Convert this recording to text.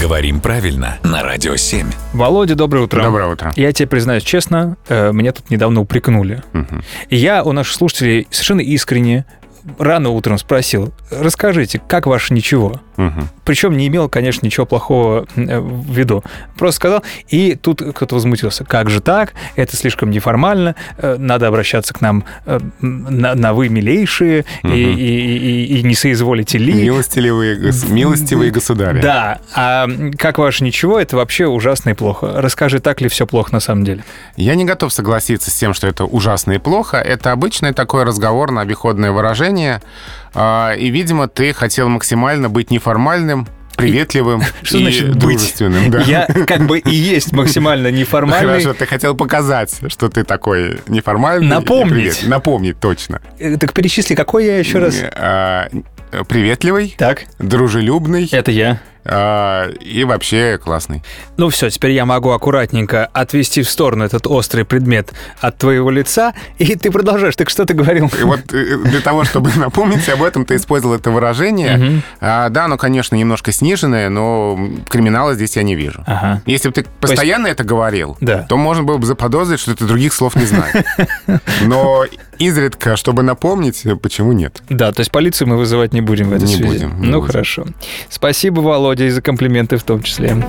Говорим правильно на Радио 7. Володя, доброе утро. Доброе утро. Я тебе признаюсь честно, э, меня тут недавно упрекнули. Мгм. И я у наших слушателей совершенно искренне рано утром спросил, расскажите, как ваше ничего? Мгм. Причем не имел, конечно, ничего плохого э, в виду. Просто сказал, и тут кто-то возмутился. Как же так? Это слишком неформально. э, Надо обращаться к нам э, на, на «вы, милейшие», и, и- Мгм. и- и не соизволите ли. Милостивые, гос- милостивые государи. Да, а как ваше ничего, это вообще ужасно и плохо. Расскажи, так ли все плохо на самом деле? Я не готов согласиться с тем, что это ужасно и плохо. Это обычное такое разговорно обиходное выражение. А, И, видимо, ты хотел максимально быть неформальным, приветливым Что и значит быть? дружественным. да. Я как бы и есть максимально неформальный. Хорошо, ты хотел показать, что ты такой неформальный. и Напомнить. привет- Напомнить, точно. Э, Так перечисли, какой я еще раз? А, Приветливый, Так, дружелюбный это я. а, и вообще классный. Ну все, теперь я могу аккуратненько отвести в сторону этот острый предмет от твоего лица, и ты продолжаешь. Так что ты говорил? И вот э, для того, чтобы напомнить об этом, ты использовал это выражение. Мгм. А, Да, оно, конечно, немножко сниженное, но криминала здесь я не вижу. Ага. Если бы ты постоянно это говорил, Да. то можно было бы заподозрить, что ты других слов не знаешь. Но изредка, чтобы напомнить, почему нет. Да, то есть полицию мы вызывать не будем в этой Не связи. будем, не ну будем. хорошо. Спасибо, Володя, и за комплименты в том числе.